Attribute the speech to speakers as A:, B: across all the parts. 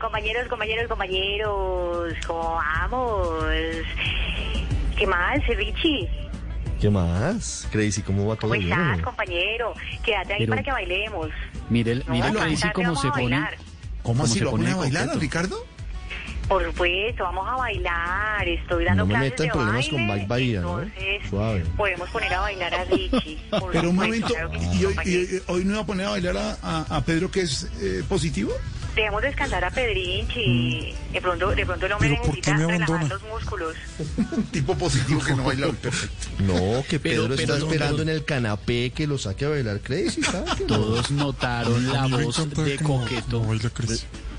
A: compañeros, compañeros, compañeros. Vamos. ¿Qué más, Richie?
B: ¿Qué más? Crazy, ¿cómo va todo
A: ¿Cómo
B: bien?
C: eh.
A: estás, compañero? Quédate ahí
D: Pero-
A: para que bailemos.
D: Mire, el-
A: No,
D: mire
A: más
D: Crazy
A: tarde
D: cómo
A: vamos
D: se
A: a
D: pone.
A: bailar.
C: ¿Cómo
D: ¿Cómo
C: así
D: se
C: lo
D: pone
C: van a
D: de
C: bailar,
D: coqueto?
C: Ricardo?
A: Por supuesto, vamos a bailar. Estoy dando
B: No me
A: clases
B: meta en
A: de
B: problemas con
A: baile.
B: Mike Bahía, ¿no?
A: Entonces,
B: Suave.
A: podemos poner a bailar a Richie. Por
C: Pero
A: supuesto,
C: un momento,
A: claro que sí,
C: ¿y hoy,
A: compañero.
C: y hoy- hoy no va a poner a bailar a, a- a Pedro que es eh, Mm. positivo?
A: Debemos descansar a Pedrinchi. De pronto, de pronto el hombre
C: ¿Pero por qué
A: necesita
C: me
A: relajar
C: abandona?
A: los músculos.
C: Un tipo positivo que no baila hoy, perfecto.
B: No, que
D: Pero-
B: Pedro
D: pero
B: está
D: no,
B: esperando
D: no.
B: en el canapé que lo saque a bailar Crazy, ¿sabes?
D: Todos notaron la voz de Coqueto.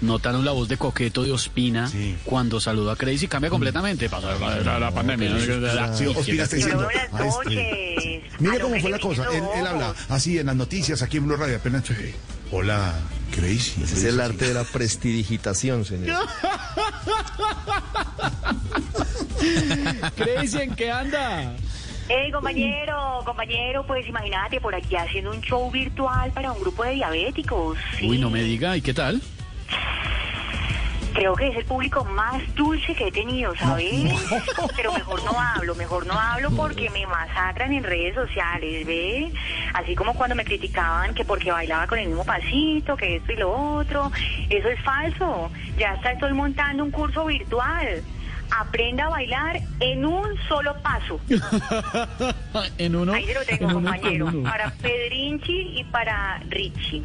D: Notaron la voz de Coqueto de Ospina cuando saludó a Crazy. Cambia completamente. Pasó la, la- la pandemia. Mm. ¿no?
C: Sí, Ospina está
A: Pero
C: diciendo.
A: buenas
C: "Ah, este".
A: noches.
C: Mire
A: Al
C: cómo
A: hombre
C: fue
A: le
C: la cosa.
A: pido
C: Él, él
A: ojos.
C: habla así en las noticias, aquí en Blue Radio, apenas. "Eh, Hola, Crazy.
B: Ese es el arte de la prestidigitación, señor.
D: Crazy, ¿en qué anda?
A: Hey, compañero, compañero, pues imagínate por aquí haciendo un show virtual para un grupo de diabéticos. Sí.
D: Uy, no me diga. ¿Y qué tal?
A: Creo que es el público más dulce que he tenido, ¿sabes? Pero mejor no hablo, mejor no hablo porque me masacran en redes sociales, ¿ves? Así como cuando me criticaban que porque bailaba con el mismo pasito, que esto y lo otro. Eso es falso. Ya está, estoy montando un curso virtual. Aprenda a bailar en un solo paso.
D: En uno.
A: Ahí se lo tengo,
D: en uno,
A: compañero.
D: en uno.
A: Para Pedrinchi y para Richie.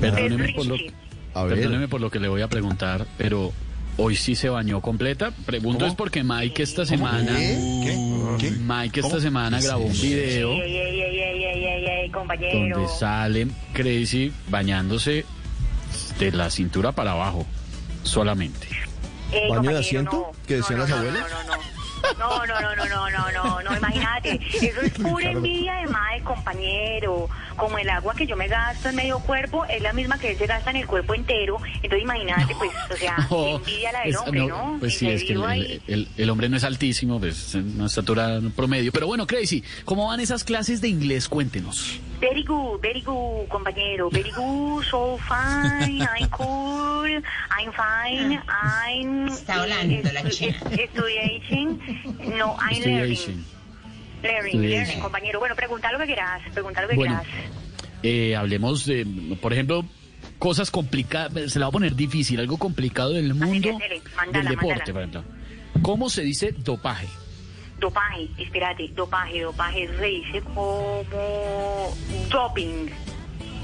D: Perdóneme por lo,
A: Richie.
B: A ver.
D: perdóneme por lo que le voy a preguntar, pero hoy sí se bañó completa. Pregunto es porque Mike esta semana.
C: ¿Qué? ¿Qué?
D: Mike esta
C: ¿Cómo?
D: semana grabó un video.
A: Ey, ey, ey, ey, ey, ey, ey, compañero.
D: donde salen Crazy bañándose de la cintura para abajo solamente.
A: Eh,
B: ¿Baño de
A: compañero,
B: asiento?
A: no.
B: ¿Que decían
A: No,
B: las
A: no,
B: abuelas?
A: No, no, no, no, no, no, no, no, no, no, no, imagínate. Eso es pura envidia de madre, compañero. Como el agua que yo me gasto en medio cuerpo es la misma que él se gasta en el cuerpo entero. Entonces imagínate, pues, o sea, qué envidia la del
D: Es-
A: hombre,
D: no,
A: ¿no?
D: Pues sí, es que el,
A: Indebido ahí.
D: el- el- el hombre no es altísimo, pues es una estatura promedio. Pero bueno, Crazy, ¿cómo van esas clases de inglés? Cuéntenos.
A: Very good, very good, compañero. Very good, so fine, I'm cool, I'm fine, I'm...
E: Ah. Está hablando la china.
A: Estudiation, no, I'm
D: Estudiation.
A: learning. Learning,
D: Estudiation.
A: learning, compañero. Bueno, pregunta lo que quieras, pregunta lo que
D: Bueno,
A: quieras.
D: eh, hablemos de, por ejemplo, cosas complicadas. Se la va a poner difícil, algo complicado del mundo
A: dele, mándala,
D: del deporte,
A: mándala.
D: por ejemplo. ¿Cómo se dice dopaje?
A: Dopaje, espérate, dopaje, dopaje, eso se dice como doping.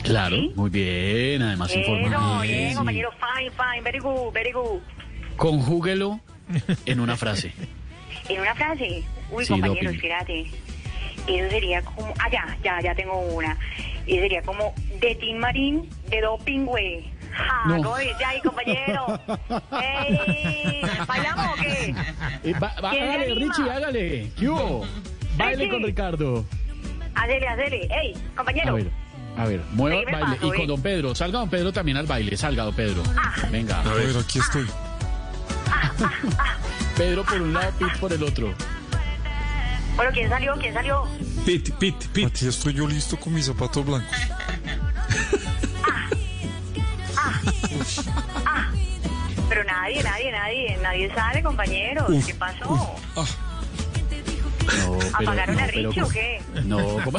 D: Claro,
A: ¿Sí?
D: muy bien, además
A: Eso,
D: informa.
A: bien,
D: Sí.
A: eh, compañero, fine, fine, very good, very good.
D: Conjúguelo en una frase.
A: En una frase. Uy,
D: Sí,
A: compañero,
D: doping.
A: espérate. Eso sería como. Ah, ya, ya, ya tengo una. Eso sería como de Tim Marín, de doping, güey. Ja,
D: No.
A: ¿cómo dice ahí, compañero? ¡Ey! ¿Bailamos o qué?
D: Eh, va- va-
A: ¿Quién se
D: hágale,
A: anima?
D: Richie, hágale. ¿Qué hubo? Baile
A: Richie.
D: con Ricardo.
A: Hacele, hacele. ¡Ey,
D: A
A: compañero!
D: ver, a ver, mueva,
A: Ahí me
D: baile.
A: paso,
D: y con
A: eh. Ah.
D: don Pedro, salga don Pedro también al baile. Salga don Pedro. Venga.
F: A ver, aquí estoy.
D: Pedro por un lado, Pete por el otro.
A: Bueno, ¿quién salió? ¿Quién salió?
F: Pit, pit, pit. Aquí estoy yo listo con mis zapatos blancos.
A: Pero nadie, nadie, nadie. Nadie sale, compañero. ¿Qué pasó?
D: No, pero,
A: ¿Apagaron
D: no,
A: a Richie
D: pero-
A: o qué?
D: No, ¿cómo,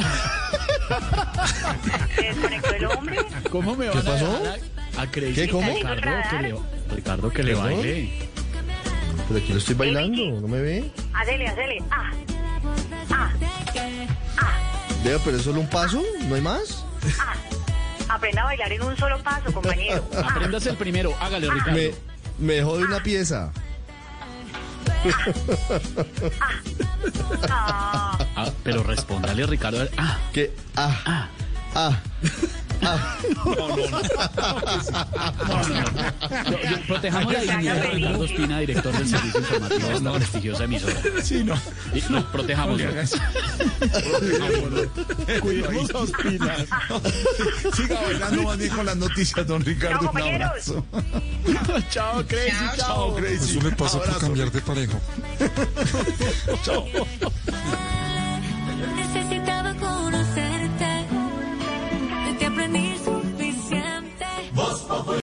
A: ¿Se desconectó el hombre?
D: cómo me van a
B: pasó?
D: dejar A, a Crazy
B: ¿Qué,
D: con
B: cómo?
D: Ricardo que le, Ricardo que le
B: ¿Perdón?
D: baile.
B: Pero aquí lo estoy bailando, ¿no me ve?
A: Hacele, hacele. ¡Ah! ¡Ah!
B: Vea, pero es solo un paso, ¿no hay más?
A: Ah, Aprenda a bailar en un solo paso, compañero. Ah.
D: Apréndase el primero. Hágale, Ricardo.
B: Me, me jode una pieza.
A: Ah,
D: Ah, pero respóndale, Ricardo. Ah,
B: Que, ah, ah,
D: Yo- yo- Protejamos la dignidad de Ricardo Espina, director del servicio informativo de esta prestigiosa emisora.
C: Sí, no.
D: Y- Nos protejamos. ¿no?
C: Cuidemos a Siga bailando más bien con las noticias, don Ricardo.
A: Chao,
C: Un
A: compañeros.
C: abrazo.
D: Chao, Crazy.
B: Pues
E: Chao.
C: Chao, Crazy.
F: Eso me pasa por
C: Abrazo.
F: cambiar de pareja.